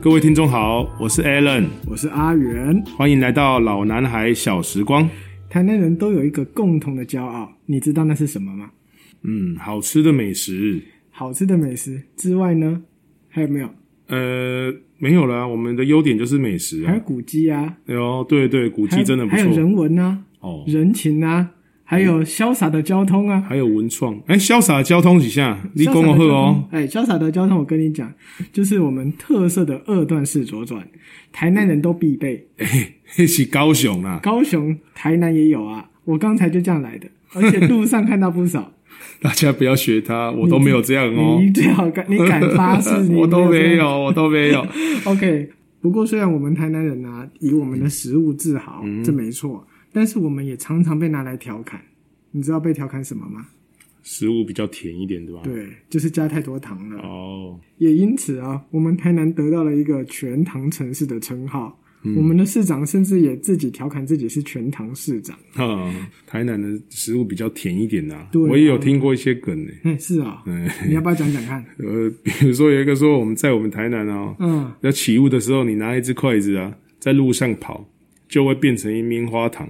各位听众好，我是 Alan，我是阿元。欢迎来到《老男孩小时光》。台南人都有一个共同的骄傲，你知道那是什么吗？嗯，好吃的美食，好吃的美食之外呢，还有没有？呃，没有啦，我们的优点就是美食还啊有。古迹啊，哎呦，对对，古还迹有真的不还有错人文啊，哦，人情啊，还有潇洒的交通啊。还有文创。哎，潇洒的交通几下，立潇洒的功交贺通哦。！哎，潇洒的交通，我跟你讲，就是我们特色的二段式左转，台南人都必备，嘿，是高雄啊， 高雄、台南也有啊。我刚才就这样来的，而且路上看到不少。大家不要学他，我都没有这样 哦。你最好敢，你敢发誓你 我都这没样有，我都没 有。 OK，不过虽然我们台南人啊以我们的食物自豪，嗯这没错，但是我们也常常被拿来调侃。你知道被调侃什么吗？食物比较甜一点，对吧？。对，就是加太多糖了。哦，也因此啊，我们台南得到了一个全糖城市的称号。嗯我们的市长甚至也自己调侃自己是全糖市长。哈，台南的食物比较甜一点呐、啊。对啊我也有听过一些梗呢、嗯，是啊、嗯你要不要讲 讲看？呃，比如说有一个说我们在我们台南哦，嗯，要起雾的时候，你拿一只筷子啊，在路上跑，就会变成一棉花糖。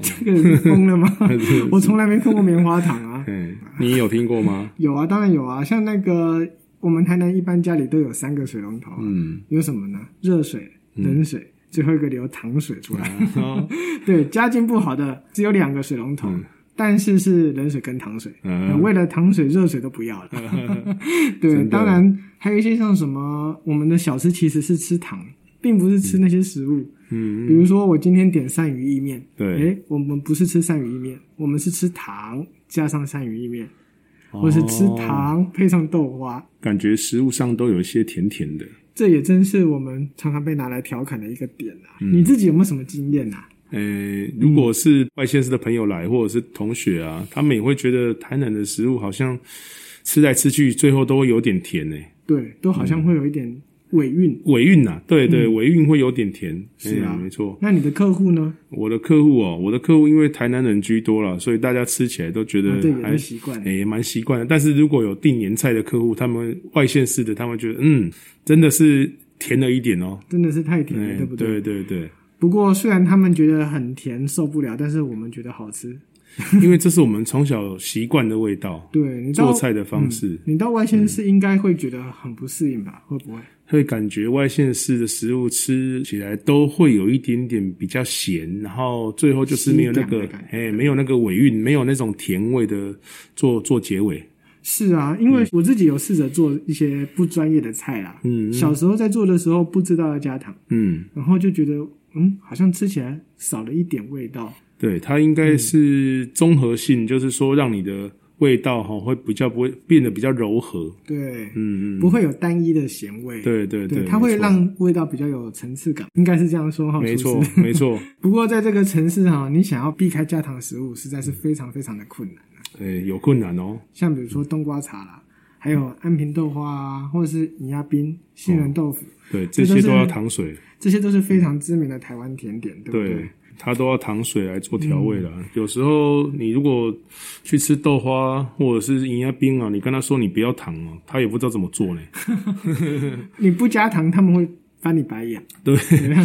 这个人疯了吗？ 是我从来没碰过棉花糖啊。嗯，你有听过 吗？有啊，当然有啊，像那个我们台南一般家里都有三个水龙头啊、嗯，有什么呢？热水、冷水，最后一个流糖水出来。哦 对，家境不好的只有两个水龙头，但是是冷水跟糖水。嗯为了糖水、热水都不要 了。对，真的当然还有一些像什么，我们的小吃其实是吃糖，并不是吃那些食物。嗯，比如说我今天点鳝鱼意面，对诶，我们不是吃鳝鱼意面，我们是吃糖加上鳝鱼意面，或是吃哦，糖配上豆花。感觉食物上都有一些甜甜的。这也真是我们常常被拿来调侃的一个点啊。嗯你自己有没有什么经验啊？呃，如果是外县市的朋友来，或者是同学啊，他们也会觉得台南的食物好像吃来吃去，最后都会有点甜呢、对，都好嗯像会有一点尾韵。尾韵呐、对对，尾韵会有点甜，嗯是哎啊没错。那你的客户呢？我的客户哦，我的客户因为台南人居多了，所以大家吃起来都觉得啊，这也还是习惯了。哎也蛮习惯的。但是如果有订年菜的客户，他们外县市的，他们觉得嗯，真的是甜了一点哦，真的是太甜了，哎对不对？对对对，不过虽然他们觉得很甜受不了，但是我们觉得好吃。因为这是我们从小习惯的味道，对你到做菜嗯的方 式。你到外县市应该会觉得很不适应吧？会不会？会感觉外县市的食物吃起来都会有一点点比较咸，然后最后就是没有那西个凉的感哎，没有那个尾韵，没有那种甜味的做做结尾。是啊，因为我自己有试着做一些不专业的菜啦。嗯小时候在做的时候不知道要加糖，嗯，然后就觉得嗯，好像吃起来少了一点味道。对，它应该嗯是综合性，就是说让你的味道哈会比较不会变得比较柔和。对，嗯嗯，不会有单一的咸味。对对对，它会让味道比较有层次感，应该是这样说哈。没错厨 师 没错，没错不过在这个城市哈，你想要避开加糖食物，实在是非常非常的困难。哎，有困难哦。像比如说冬瓜茶啦，还有安平豆花啊，或者是银鸭冰、杏仁豆腐，对，这这都些是都要糖水，这些都是非常知名的台湾甜点，对不对，嗯它都要糖水来做调味了。有时候你如果去吃豆花或者是银牙冰啊，你跟他说你不要糖哦，他也不知道怎么 做呢。你不加糖，他们会翻你白眼。 对，他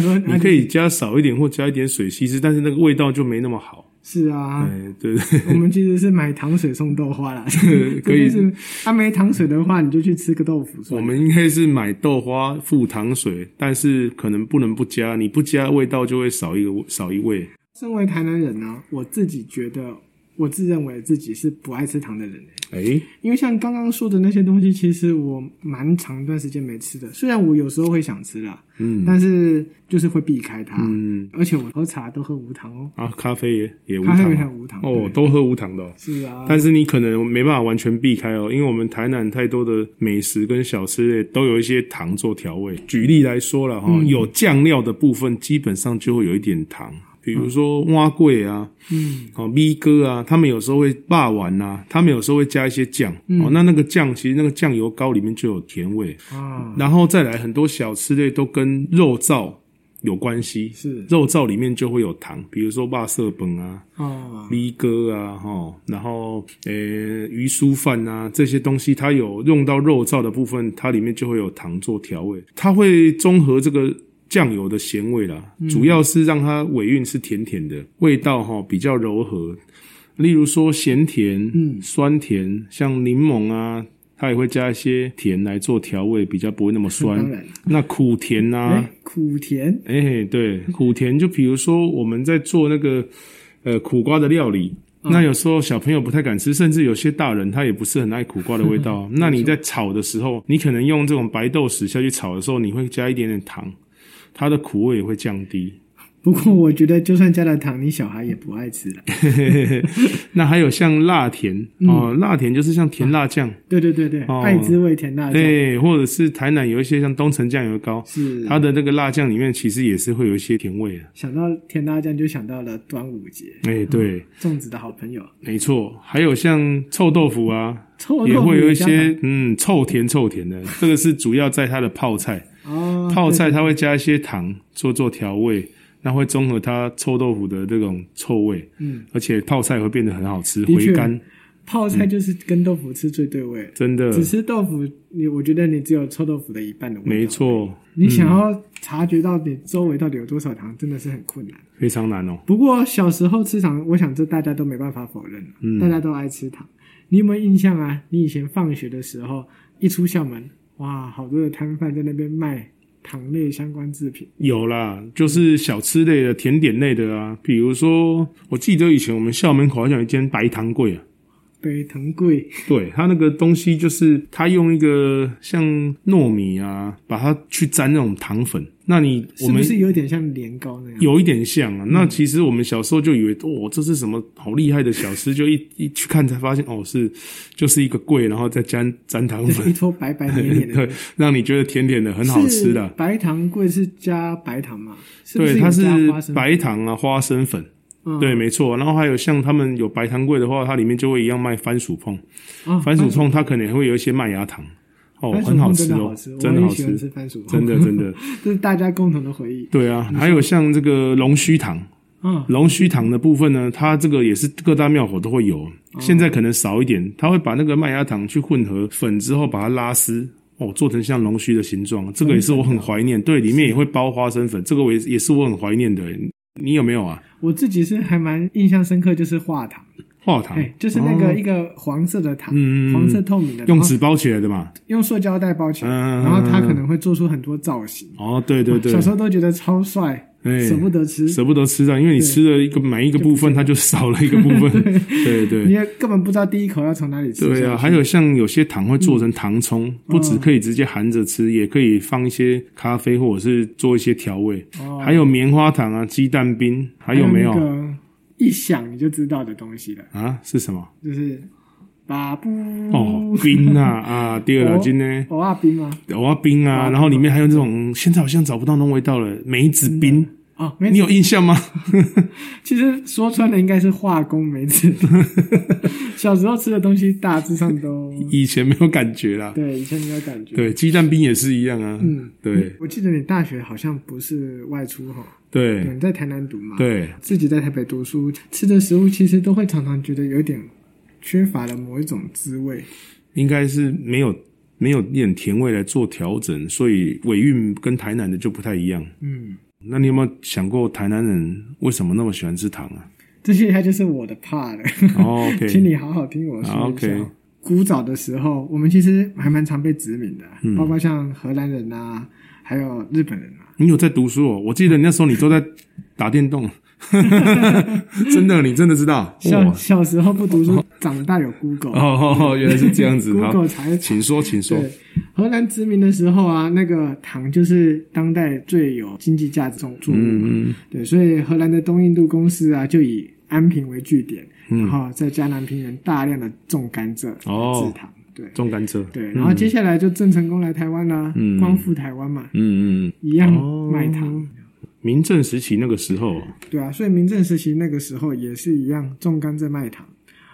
说啊你可以加少一点或加一点水稀释，但是那个味道就没那么好。是啊，哎，对， 我们其实是买糖水送豆花啦。 对可以这就是，啊，没糖水的话，你就去吃个豆腐算了。我们应该是买豆花附糖水，但是可能不能不加，你不加味道就会少一个少一味。身为台南人呢、我自己觉得，我自认为自己是不爱吃糖的人欸，哎、因为像刚刚说的那些东西，其实我蛮长一段时间没吃的。虽然我有时候会想吃啦，嗯但是就是会避开它。嗯，而且我喝茶都喝无糖哦，啊，咖啡也也无咖啡也糖很无糖哦，都喝无糖的、哦。是啊，但是你可能没办法完全避开哦，因为我们台南太多的美食跟小吃类都有一些糖做调味。举例来说了哈、嗯有酱料的部分基本上就会有一点糖，比如说蛙桂啊，嗯，哦咪哥啊，他们有时候会霸丸啊，他们有时候会加一些酱、哦，嗯那那个酱其实那个酱油膏里面就有甜味，啊，然后再来很多小吃类都跟肉燥有关系，是肉燥里面就会有糖，比如说辣色本啊、哦，咪哥啊，哈，然后呃鱼酥饭啊这些东西，它有用到肉燥的部分，它里面就会有糖做调味，它会综合这个酱油的咸味啦，嗯主要是让它尾韵是甜甜的，味道哈、比较柔和。例如说咸甜、嗯酸甜，像柠檬啊，它也会加一些甜来做调味，比较不会那么当酸。然，那苦甜啊，哎，苦甜哎、对，苦甜就比如说我们在做那个呃苦瓜的料理，嗯那有时候小朋友不太敢吃，甚至有些大人他也不是很爱苦瓜的味道。嗯那你在炒的时候，你可能用这种白豆豉下去炒的时候，你会加一点点糖，它的苦味也会降低。不过我觉得，就算加了糖，你小孩也不爱吃了。那还有像辣甜嗯哦，辣甜就是像甜辣酱，对对对对，哦爱滋味甜啊辣酱对，或者是台南有一些像东城酱油膏，是。它的那个辣酱里面其实也是会有一些甜味的。想到甜辣酱，就想到了端午节，哎、对，粽子的好朋友没错。还有像臭豆腐啊，臭也豆腐会有一加糖些嗯臭甜臭甜的，这个是主要在它的泡菜，哦，泡菜它会加一些糖做做调味，那会综合它臭豆腐的这种臭味，嗯，而且泡菜会变得很好吃，的确回甘泡菜嗯就是跟豆腐吃最对味了。真的只吃豆腐，你我觉得你只有臭豆腐的一半的味道。没，错，你想要察觉到你周围到底有多少糖，真的是很困难。非常难哦。不过小时候吃糖，我想这大家都没办法否认了，啊嗯大家都爱吃糖。你有没有印象啊？你以前放学的时候，一出校门，哇，好多的摊贩在那边卖糖类相关制品。有啦，就是小吃类的、甜点类的啊，比如说，我记得以前我们校门口好像有一间白糖柜啊，北藤贵对，它那个东西就是它用一个像糯米啊，把它去沾那种糖粉。那你我是不们是有点像年糕那样？ 有一点像嗯啊。那其实我们小时候就以为，哦，这是什么好厉害的小吃，就一 一去看才发现，哦，是就是一个柜，然后再沾沾糖对，粉，一坨白白黏黏的东 对西，，让你觉得甜甜的，很好吃是的。白糖贵是加白糖嘛？是不对，它有是加花生？白糖啊，花生粉，嗯对，没错。然后还有像他们有白糖柜的话，它里面就会一样卖番薯碰，啊，番薯碰它可能会有一些麦芽糖，哦，番薯很好碰吃真的哦好吃，，真我的也好喜欢吃。吃番薯真碰，的真的， 这是大家共同的回忆。对 啊，还有像这个龙须糖，嗯，龙须糖的部分呢，它这个也是各大庙口都会有，哦现在可能少一点，它会把那个麦芽糖去混合粉之后，把它拉丝。哦，做成像龙须的形状，这个也是我很怀嗯念。对，里面也会包花生粉，这个我也也是我很怀念的。你有没有啊？我自己是还蛮印象深刻，就是化糖，化糖，哎，就是那个哦一个黄色的糖，嗯嗯嗯黄色透明的，用然后纸包起来的嘛。用塑胶袋包起来，嗯然后它可能会做出很多造型。哦，对对对小，时候都觉得超帅，哎舍不得吃，舍不得吃啊，因为你吃了一个买一个部分，它就少了一个部 分。对对，你也根本不知道第一口要从哪里吃。对啊，，还有像有些糖会做成糖葱，不只可以直接含着吃，也可以放一些咖啡或者是做一些调味。哦还有棉花糖啊，鸡蛋冰，还有没有那个一想你就知道的东西了？啊？是什么？就是巴布哦，冰啊 啊，第二哦了，今天偶尔冰吗？我要冰啊，然后里面还有这种嗯现在好像找不到那种味道了，嗯梅子冰，哦，没你有印象吗？ 其实说穿了应该是化工 梅子。小时候吃的东西大致上 都以前没有感觉啦。对，以前没有感觉。对，鸡蛋冰也是一样啊。嗯，对我记得你大学好像不是外出哈，对你在台南读嘛？，对，自己在台北读书，吃的食物其实都会常常觉得有点缺乏了某一种滋味。应该是没有没有一点甜味来做调整，所以尾韵跟台南的就不太一样。嗯，那你有没有想过台南人为什么那么喜欢吃糖啊？这些它就是我的怕了。哦 请，OK，你好好听我说一下。啊，OK 古早的时候，我们其实还蛮常被殖民的，嗯包括像荷兰人啊，还有日本人啊。你有在读书哦？我记得你那时候你都在打电动， 真的，你真的知 道？小哇小时候不读书，长大有 Google，、哦哦 哦，原来是这样子。好， Google 才请说，请说。对。荷兰殖民的时候啊，那个糖就是当代最有经济价值的作物嘛。嗯嗯，对，所以荷兰的东印度公司啊，就以安平为据点，嗯然后在嘉南平原大量的种甘蔗、哦制糖。对重甘蔗。对，然后接下来就郑成功来台湾啦、嗯光复台湾嘛，嗯嗯嗯，一样哦卖糖。明正时期那个时候，对啊，所以民政时期那个时候也是一样种甘蔗卖糖。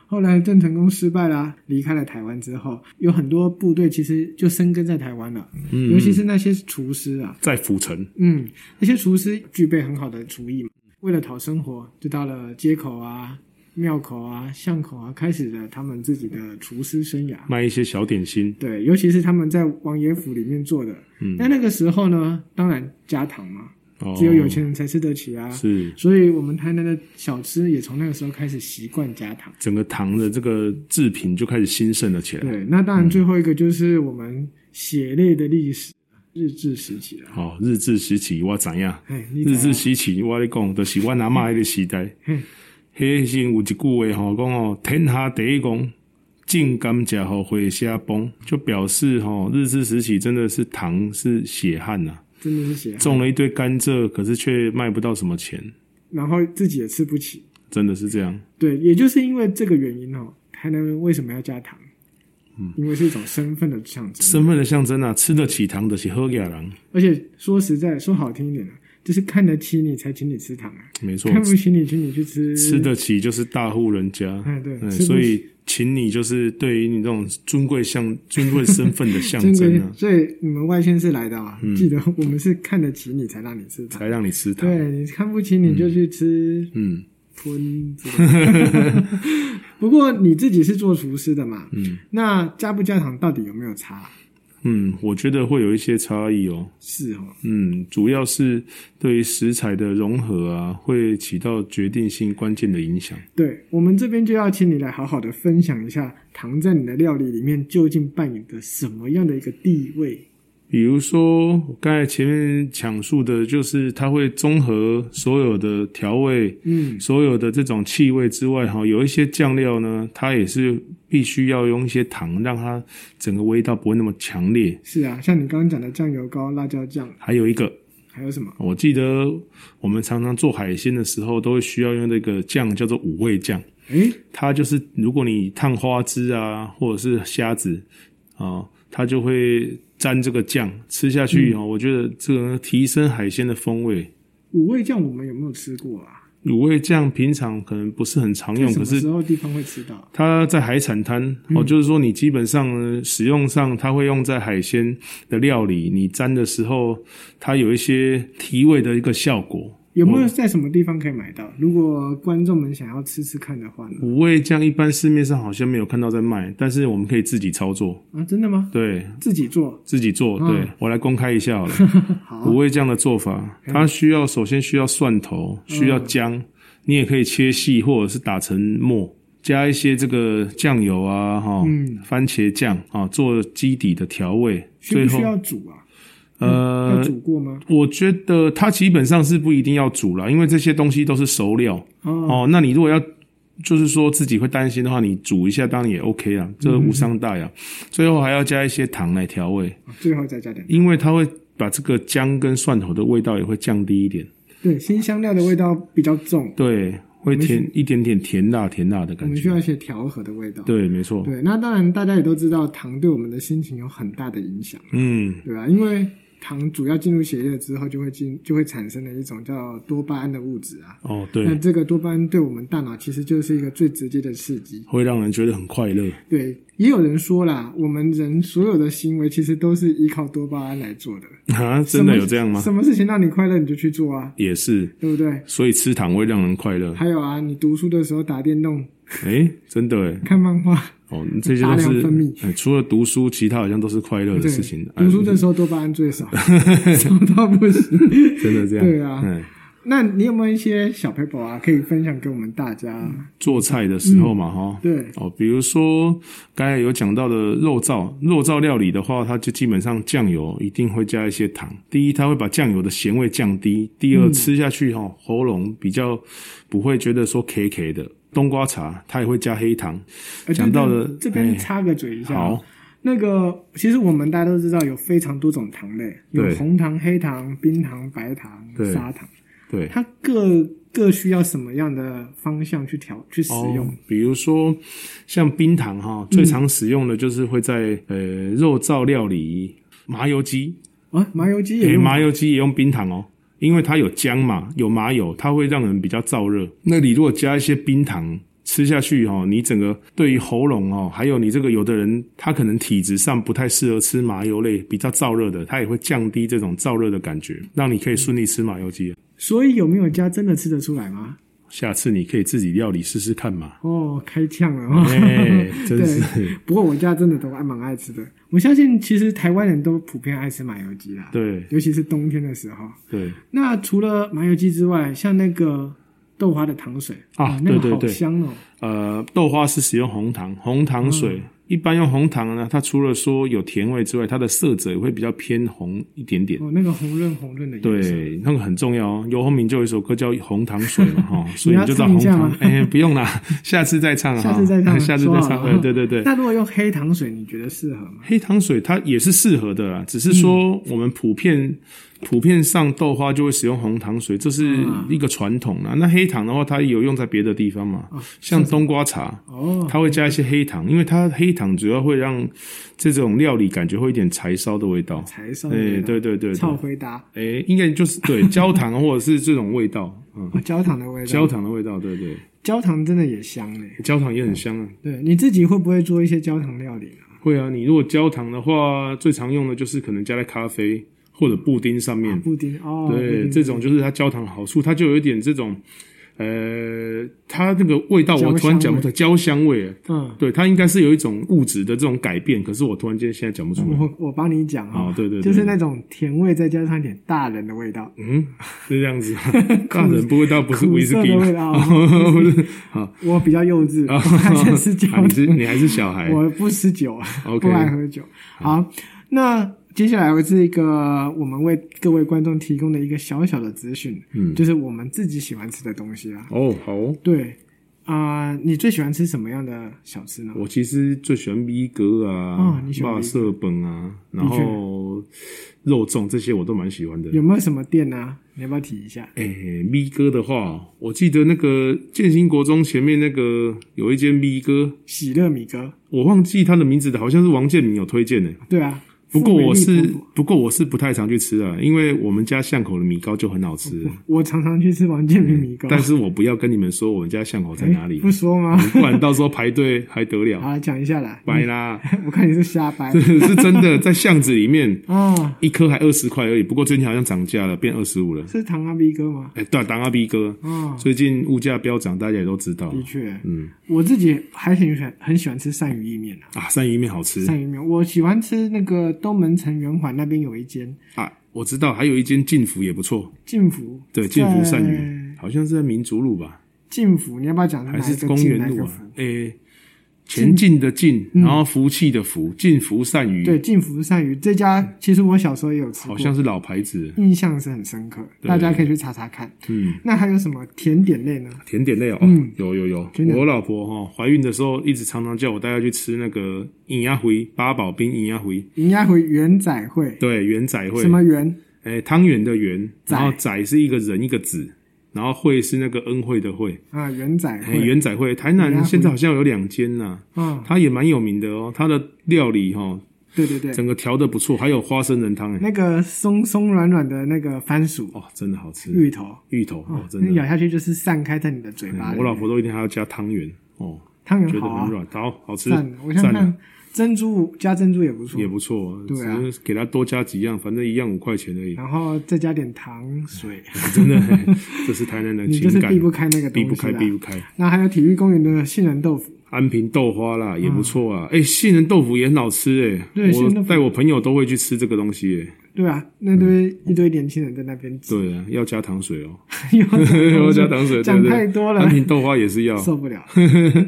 后来郑成功失败啦、离开了台湾之后，有很多部队其实就生根在台湾了，嗯尤其是那些厨师啊，在府城，嗯，那些厨师具备很好的厨艺嘛，为了讨生活，就到了街口啊、庙口啊、巷口啊，开始了他们自己的厨师生涯。卖一些小点心，对，尤其是他们在王爷府里面做的。嗯那那个时候呢，当然加糖嘛，哦，只有有钱人才吃得起啊。是所以，我们台南的小吃也从那个时候开始习惯加糖。整个糖的这个制品就开始兴盛了起来。对，那当然最后一个就是我们血泪的历史，日治时期了。哦，日治时期我怎样？哎，你知道日治时期我跟你讲，就是我阿嬷迄个时代，迄时有一句话吼，讲吼天下第一公。净甘蔗和回虾崩，就表示吼日治时期真的是糖是血汗呐、真的是血汗，种了一堆甘蔗，可是却卖不到什么钱，然后自己也吃不起。真的是这样。对，也就是因为这个原因哦，台南人为什么要加糖？嗯，因为是一种身份的象征。身份的象征啊，吃得起糖的是喝给人，而且说实在，说好听一点呢、啊就是看得起你才请你吃糖啊，没错，看不起你请你去吃吃。得起就是大户人家。哎，对，嗯，吃不所以请你就是对于你这种尊贵象、尊贵身份的象真征的，啊，嗯所以你们外县市来的啊，记得我们是看得起你才让你吃糖。才让你吃糖。对你看不起你就去吃嗯，喷之类的。不过你自己是做厨师的嘛，嗯，那加不加糖到底有没有差？嗯，我觉得会有一些差异哦。是哦，嗯，主要是对于食材的融合啊，会起到决定性关键的影响。对我们这边就要请你来好好的分享一下糖在你的料理里面究竟扮演着什么样的一个地位。比如说，我刚才前面讲述的就是它会综合所有的调味，嗯，所有的这种气味之外，哈，有一些酱料呢，它也是必须要用一些糖，让它整个味道不会那么强烈。是啊，像你刚刚讲的酱油膏、辣椒酱，还有一个，还有什么？我记得我们常常做海鲜的时候，都会需要用那个酱，叫做五味酱。诶，它就是如果你烫花枝啊，或者是虾子啊、它就会沾这个酱，吃下去哦，我觉得这个提升海鲜的风味。五味酱我们有没有吃过啊？五味酱平常可能不是很常用，在什可么是时候地方会吃到？它在海产摊、哦，就是说你基本上呢使用上，它会用在海鲜的料理，你沾的时候，它有一些提味的一个效果。有没有在什么地方可以买到？如果观众们想要吃吃看的话呢？五味酱一般市面上好像没有看到在卖，但是我们可以自己操作，啊，真的吗？对自己做？自己做。对、嗯我来公开一下好了， 好，五味酱的做法，它需要首先需要蒜头，嗯需要姜，你也可以切细或者是打成末，加一些这个酱油啊，哈、嗯番茄酱啊，做基底的调味。需最不后需要煮啊？嗯要呃，煮过吗？我觉得它基本上是不一定要煮啦，因为这些东西都是熟料哦，哦。那你如果要就是说自己会担心的话，你煮一下当然也 OK 啊，这个无伤大嗯雅。最后还要加一些糖来调味，啊最后再加点。因为它会把这个姜跟蒜头的味道也会降低一点，对，新香料的味道比较重，对，会甜一点点甜辣甜辣的我感们需觉。要一些调和的味道。对，没错，对，那当然大家也都知道，糖对我们的心情有很大的影响，嗯，对吧？因为糖主要进入血液之后，就会进就会产生了一种叫多巴胺的物质啊。哦，那对，这个多巴胺对我们大脑其实就是一个最直接的刺激。会让人觉得很快乐。对，也有人说啦，我们人所有的行为其实都是依靠多巴胺来做的。啊，真的有这样吗？什么事情让你快乐，你就去做啊，也是，对不对？所以吃糖会让人快乐。 还有啊，你读书的时候打电动、诶，真的诶。看漫画，哦，这些都大是量分泌哎除了读书，其他好像都是快乐的对，事情。哎读书的时候多巴胺 最少，少到不行。真的这样，对啊嗯，那你有没有一些小 paper 啊，可以分享给我们大家？做菜的时候嘛，哈、对，哦，比如说刚才有讲到的肉燥，肉燥料理的话，它就基本上酱油一定会加一些糖。第一，它会把酱油的咸味降低；第嗯二，吃下去哈、喉咙比较不会觉得说 K K 的。冬瓜茶它也会加黑糖，呃讲到的这边这哎边插个嘴一下啊，好，那个其实我们大家都知道有非常多种糖类，有对红糖、黑糖、冰糖、白糖对、砂糖，对。它各各需要什么样的方向去调去使用？哦。嗯比如说像冰糖哈、最常使用的就是会在、呃肉燥料理、麻油鸡，啊，麻油鸡哦也诶、用，麻油鸡也用冰糖哦。因为它有姜嘛，有麻油，它会让人比较燥热。那你如果加一些冰糖，吃下去哈、哦，你整个对于喉咙哦，还有你这个有的人他可能体质上不太适合吃麻油类，比较燥热的，它也会降低这种燥热的感觉，让你可以顺利吃麻油鸡。所以有没有加真的吃得出来吗？下次你可以自己料理试试看嘛。 哦，开呛了哦，哎，真是对， 不过我家真的都还蛮爱吃的。我相信其实台湾人都普遍爱吃麻油鸡啦，对尤其是冬天的时候。对那除了麻油鸡之外，像那个豆花的糖水啊哇那对个对好对香哦。呃，豆花是使用红糖，红糖水、嗯一般用红糖呢，它除了说有甜味之外，它的色泽也会比较偏红一点点。哦，那个红润红润的颜色。对，那个很重要哦。游鸿明就有一首歌叫《红糖水》 嘛，哈，所以你要你就知道唱一红下糖吗。 哎，不用啦，下次再唱啊，下次再唱 下次再说唱。好了对对对对，那如果用黑糖水，你觉得适合吗？黑糖水它也是适合的啦，只是说我们普遍、嗯普遍上豆花就会使用红糖水，这是啊一个传统啦。那黑糖的话，它有用在别的地方嘛，像冬瓜茶。哦，它会加一些黑糖，因为它黑糖主要会让这种料理感觉会有一点柴烧的味道。柴烧哎、的味道对对对对，超回答，哎、应该就是 对焦糖啊或者是这种味道，嗯，哦焦糖的味道，焦糖的味道，对对，焦糖真的也香嘞。焦糖也很香啊。对，你自己会不会做一些焦糖料理呢？会啊，你如果焦糖的话，最常用的就是可能加在咖啡或者布丁上面啊。布丁哦，布对，丁这种就是它焦糖的好处，它就有一点这种，呃，它那个味道焦香我突然讲不出来，焦香味。嗯，对，它应该是有一种物质的这种改变，可是我突然间现在讲不出来。我我帮你讲哦啊，，对对对，就是那种甜味再加上一点大人的味道，嗯，是这样 子，大人不会到不是苦威士涩忌的吗味？道。 不是 我比较幼稚，我还 在吃焦啊你是糖，你 还是小孩 我不吃酒， ？OK，不爱喝酒。好，那接下来我是一个我们为各位观众提供的一个小小的资讯，嗯，就是我们自己喜欢吃的东西啦。哦，好哦。对啊、你最喜欢吃什么样的小吃呢？我其实最喜欢米哥啊哦你，喜欢霸色本啊，然的确后肉粽这些我都蛮喜欢的。有没有什么店呢、啊？你要不要提一下？诶、咪哥的话，我记得那个建新国中前面那个有一间咪哥，喜乐米哥，我忘记他的名字的，好像是王建民有推荐的、对啊。不过我富美利是婆婆不过我是不太常去吃啊，因为我们家巷口的米糕就很好吃了，我常常去吃王建民米糕，但是我不要跟你们说我们家巷口在哎哪里，不啊说吗？不然到时候排队还得了，好，讲一下啦。拜啦！ 我看你是瞎掰是真的在巷子里面啊，一颗还二十块而已，不过最近好像涨价了，变二十五了。是唐阿逼哥吗？哎、对、啊，当阿 B 哥，啊，最近物价飙涨，大家也都知道的确，嗯我自己还很喜欢很喜欢吃鳝鱼意面啊，啊，鳝鱼面好吃鳝鱼面，我喜欢吃那个东门城圆环那边有一间啊，我知道，还有一间晋福也不错，晋福，对，晋福鳝在鱼好像是在民族路吧，晋福，你要不要讲哪还一个是公进园哪一路个啊福？嗯哎、前进的进，然后福气的福，晋福鳝鱼，对，晋福鳝鱼这家，其实我小时候也有吃嗯好过，像是老牌子，印象是很深刻，对大家可以去查查看。嗯。那还有什么甜点类呢？甜点类哦，嗯有有有甜，点我老婆哈、怀孕的时候一直常常叫我带她去吃那个银鸭回八宝冰银鸭回，人家回元仔会，对，圆仔会什么元？哎，汤圆的圆，仔然后仔是一个人一个子，然后会是那个恩惠的惠，啊，元仔哎，会，元仔会。台元仔南会现在好像有两间呐、啊，它也蛮有名的哦。它的料理哈、哦，对对对，整个调的不错，还有花生仁汤哎，那个松松软软的那个番薯哦，真的好吃，芋头，芋头哦，真那的，咬下去就是散开在你的嘴巴嗯里。我老婆都一定还要加汤圆哦，汤觉圆得好很啊，软，好好吃，赞！我想赞啊看珍珠加珍珠也不错也，不错，对啊只是给它多加几样，反正一样五块钱而已，然后再加点糖水， 真的，嘿这是台南的你就情是感避，不开啊那个避不东西开，避啦。不开。那还有体育公园的杏仁豆腐，安平豆花啦，也不错啊。哎、杏仁豆腐也很好吃哎、嗯对杏仁豆我腐带我朋友都会去吃这个东西哎、对啊，那堆嗯一堆年轻人在那边吃，对啊，要加糖水 哦、有 要加糖水，对讲不太对？多了安，平豆花也是 要，受不了。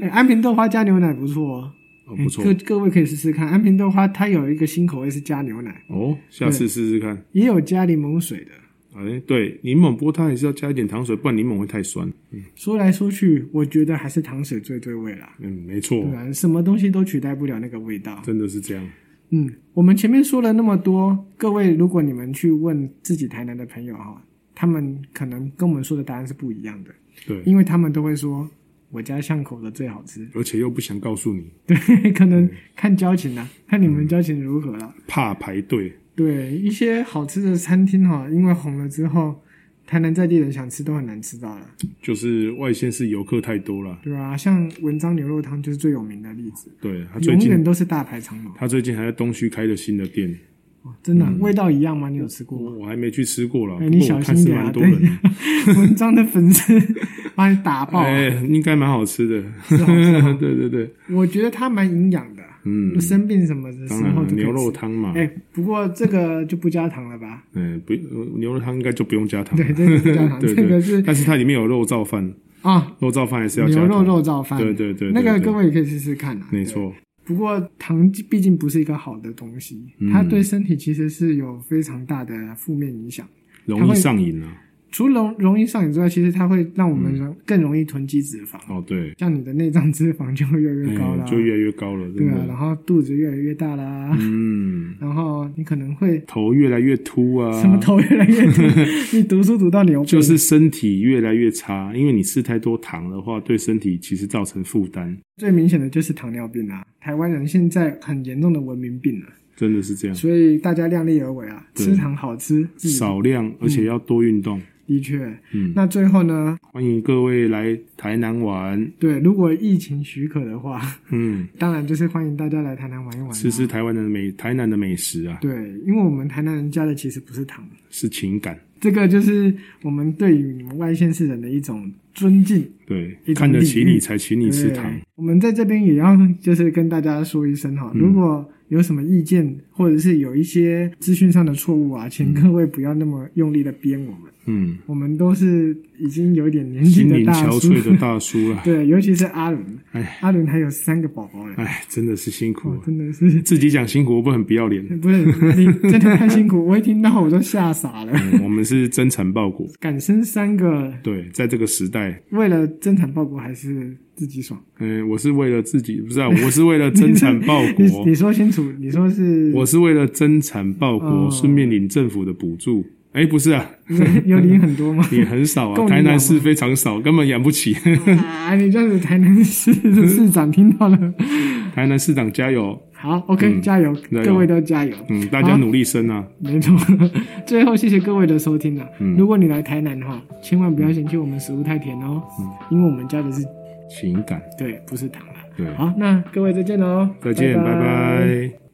哎安平豆花加牛奶不错哦，哦、不错各各位可以试试看。安平豆花它有一个新口味是加牛奶，哦。下次试试看。也有加柠檬水的。哎、对，柠檬波它还是要加一点糖水，不然柠檬会太酸。说来说去，我觉得还是糖水最对味啦。嗯，没错不，然什么东西都取代不了那个味道。真的是这样。嗯，我们前面说了那么多，各位，如果你们去问自己台南的朋友哈，他们可能跟我们说的答案是不一样的，对，因为他们都会说我家巷口的最好吃。 而且又不想告诉你，对，可能看交情啦、看你们交情如何啦。怕排队。对，一些好吃的餐厅哈，因为红了之后，台南在地人想吃都很难吃到了，就是外县市游客太多了。对吧、像文章牛肉汤就是最有名的例子，对他啊最永近，远都是大排长龙。他最近还在东区开了新的店，哦真的嗯啊、味道一样吗？你有吃过我吗？我还没去吃过了，哎不你过小我看心是点啊蛮多人的， 文章的粉丝把你打爆、啊，哎，应该蛮好吃的。是好吃哦吗？ 对对对，我觉得它蛮营养的，嗯，生病什么的时当然候了就可以牛肉吃。汤嘛，哎、不过这个就不加糖了吧？ 嗯，不牛肉汤应该就不用加糖了，对，这个不加糖，对这个对，是但是它里面有肉燥饭，啊，肉燥饭还是要牛加肉糖，肉燥饭，对对对，那个对对各位也可以试试看啊。没错，不过糖毕竟不是一个好的东西，嗯它对身体其实是有非常大的负面影响。容易上瘾啊。除了容容易上瘾之外，其实它会让我们容更容易囤积脂肪，嗯哦，对，像你的内脏脂肪就会越来哎越高啊啦，就越来越高了，对真啊，的。然后肚子越来越大啦，嗯， 然后你可能会头越来越秃啊，什么头越来越痛， 你读书读到牛背就是身体越来越差，因为你吃太多糖的话，对身体其实造成负担，最明显的就是糖尿病啊，台湾人现在很严重的文明病了、啊真的是这样。所以大家量力而为啊，嗯对吃糖好吃，自己少量，而且要多运动。的确。嗯，那最后呢？欢迎各位来台南玩，对，如果疫情许可的话， 嗯，当然就是欢迎大家来台南玩一玩、啊，吃吃。台湾的美台南的美食啊，对，因为我们台南人家的其实不是糖，是情感，这个就是我们对于你们外县市人的一种尊敬。对一，种看得起礼遇你才请你吃糖对。我们在这边也要就是跟大家说一声哈，嗯如果有什么意见或者是有一些资讯上的错误啊，请各位不要那么用力的编我们，嗯，我们都是已经有点年纪心的灵大憔叔，悴的大叔啊，对，尤其是阿伦哎，阿伦还有三个宝宝嘞，哎，真的是辛苦哇啊，真的是。自己讲辛苦，我不很不要脸。不是你真的太辛苦，我一听到我都吓傻 了。嗯我们是真诚报国，敢生三个，对，在这个时代，为了增产报国还是自己爽？嗯，我是为了自己，不是、啊，我是为了增产报你国你，说清楚，你说是我是为了增产报国，哦顺便领政府的补助。哎，不是啊，有领很多吗？也很少够啊，你养台吗南市非常少，根本养不起。 啊，你这样子台南市的市长听到了。台南市长加油，好，OK，、加油，油各位都加油。嗯，大家好努力生啊，没错，最后谢谢各位的收听啊！如果你来台南的话，千万不要嫌弃我们食物太甜哦，因为我们加的是情感，对，不是糖啦。对，好，那各位再见喽，再见，拜拜拜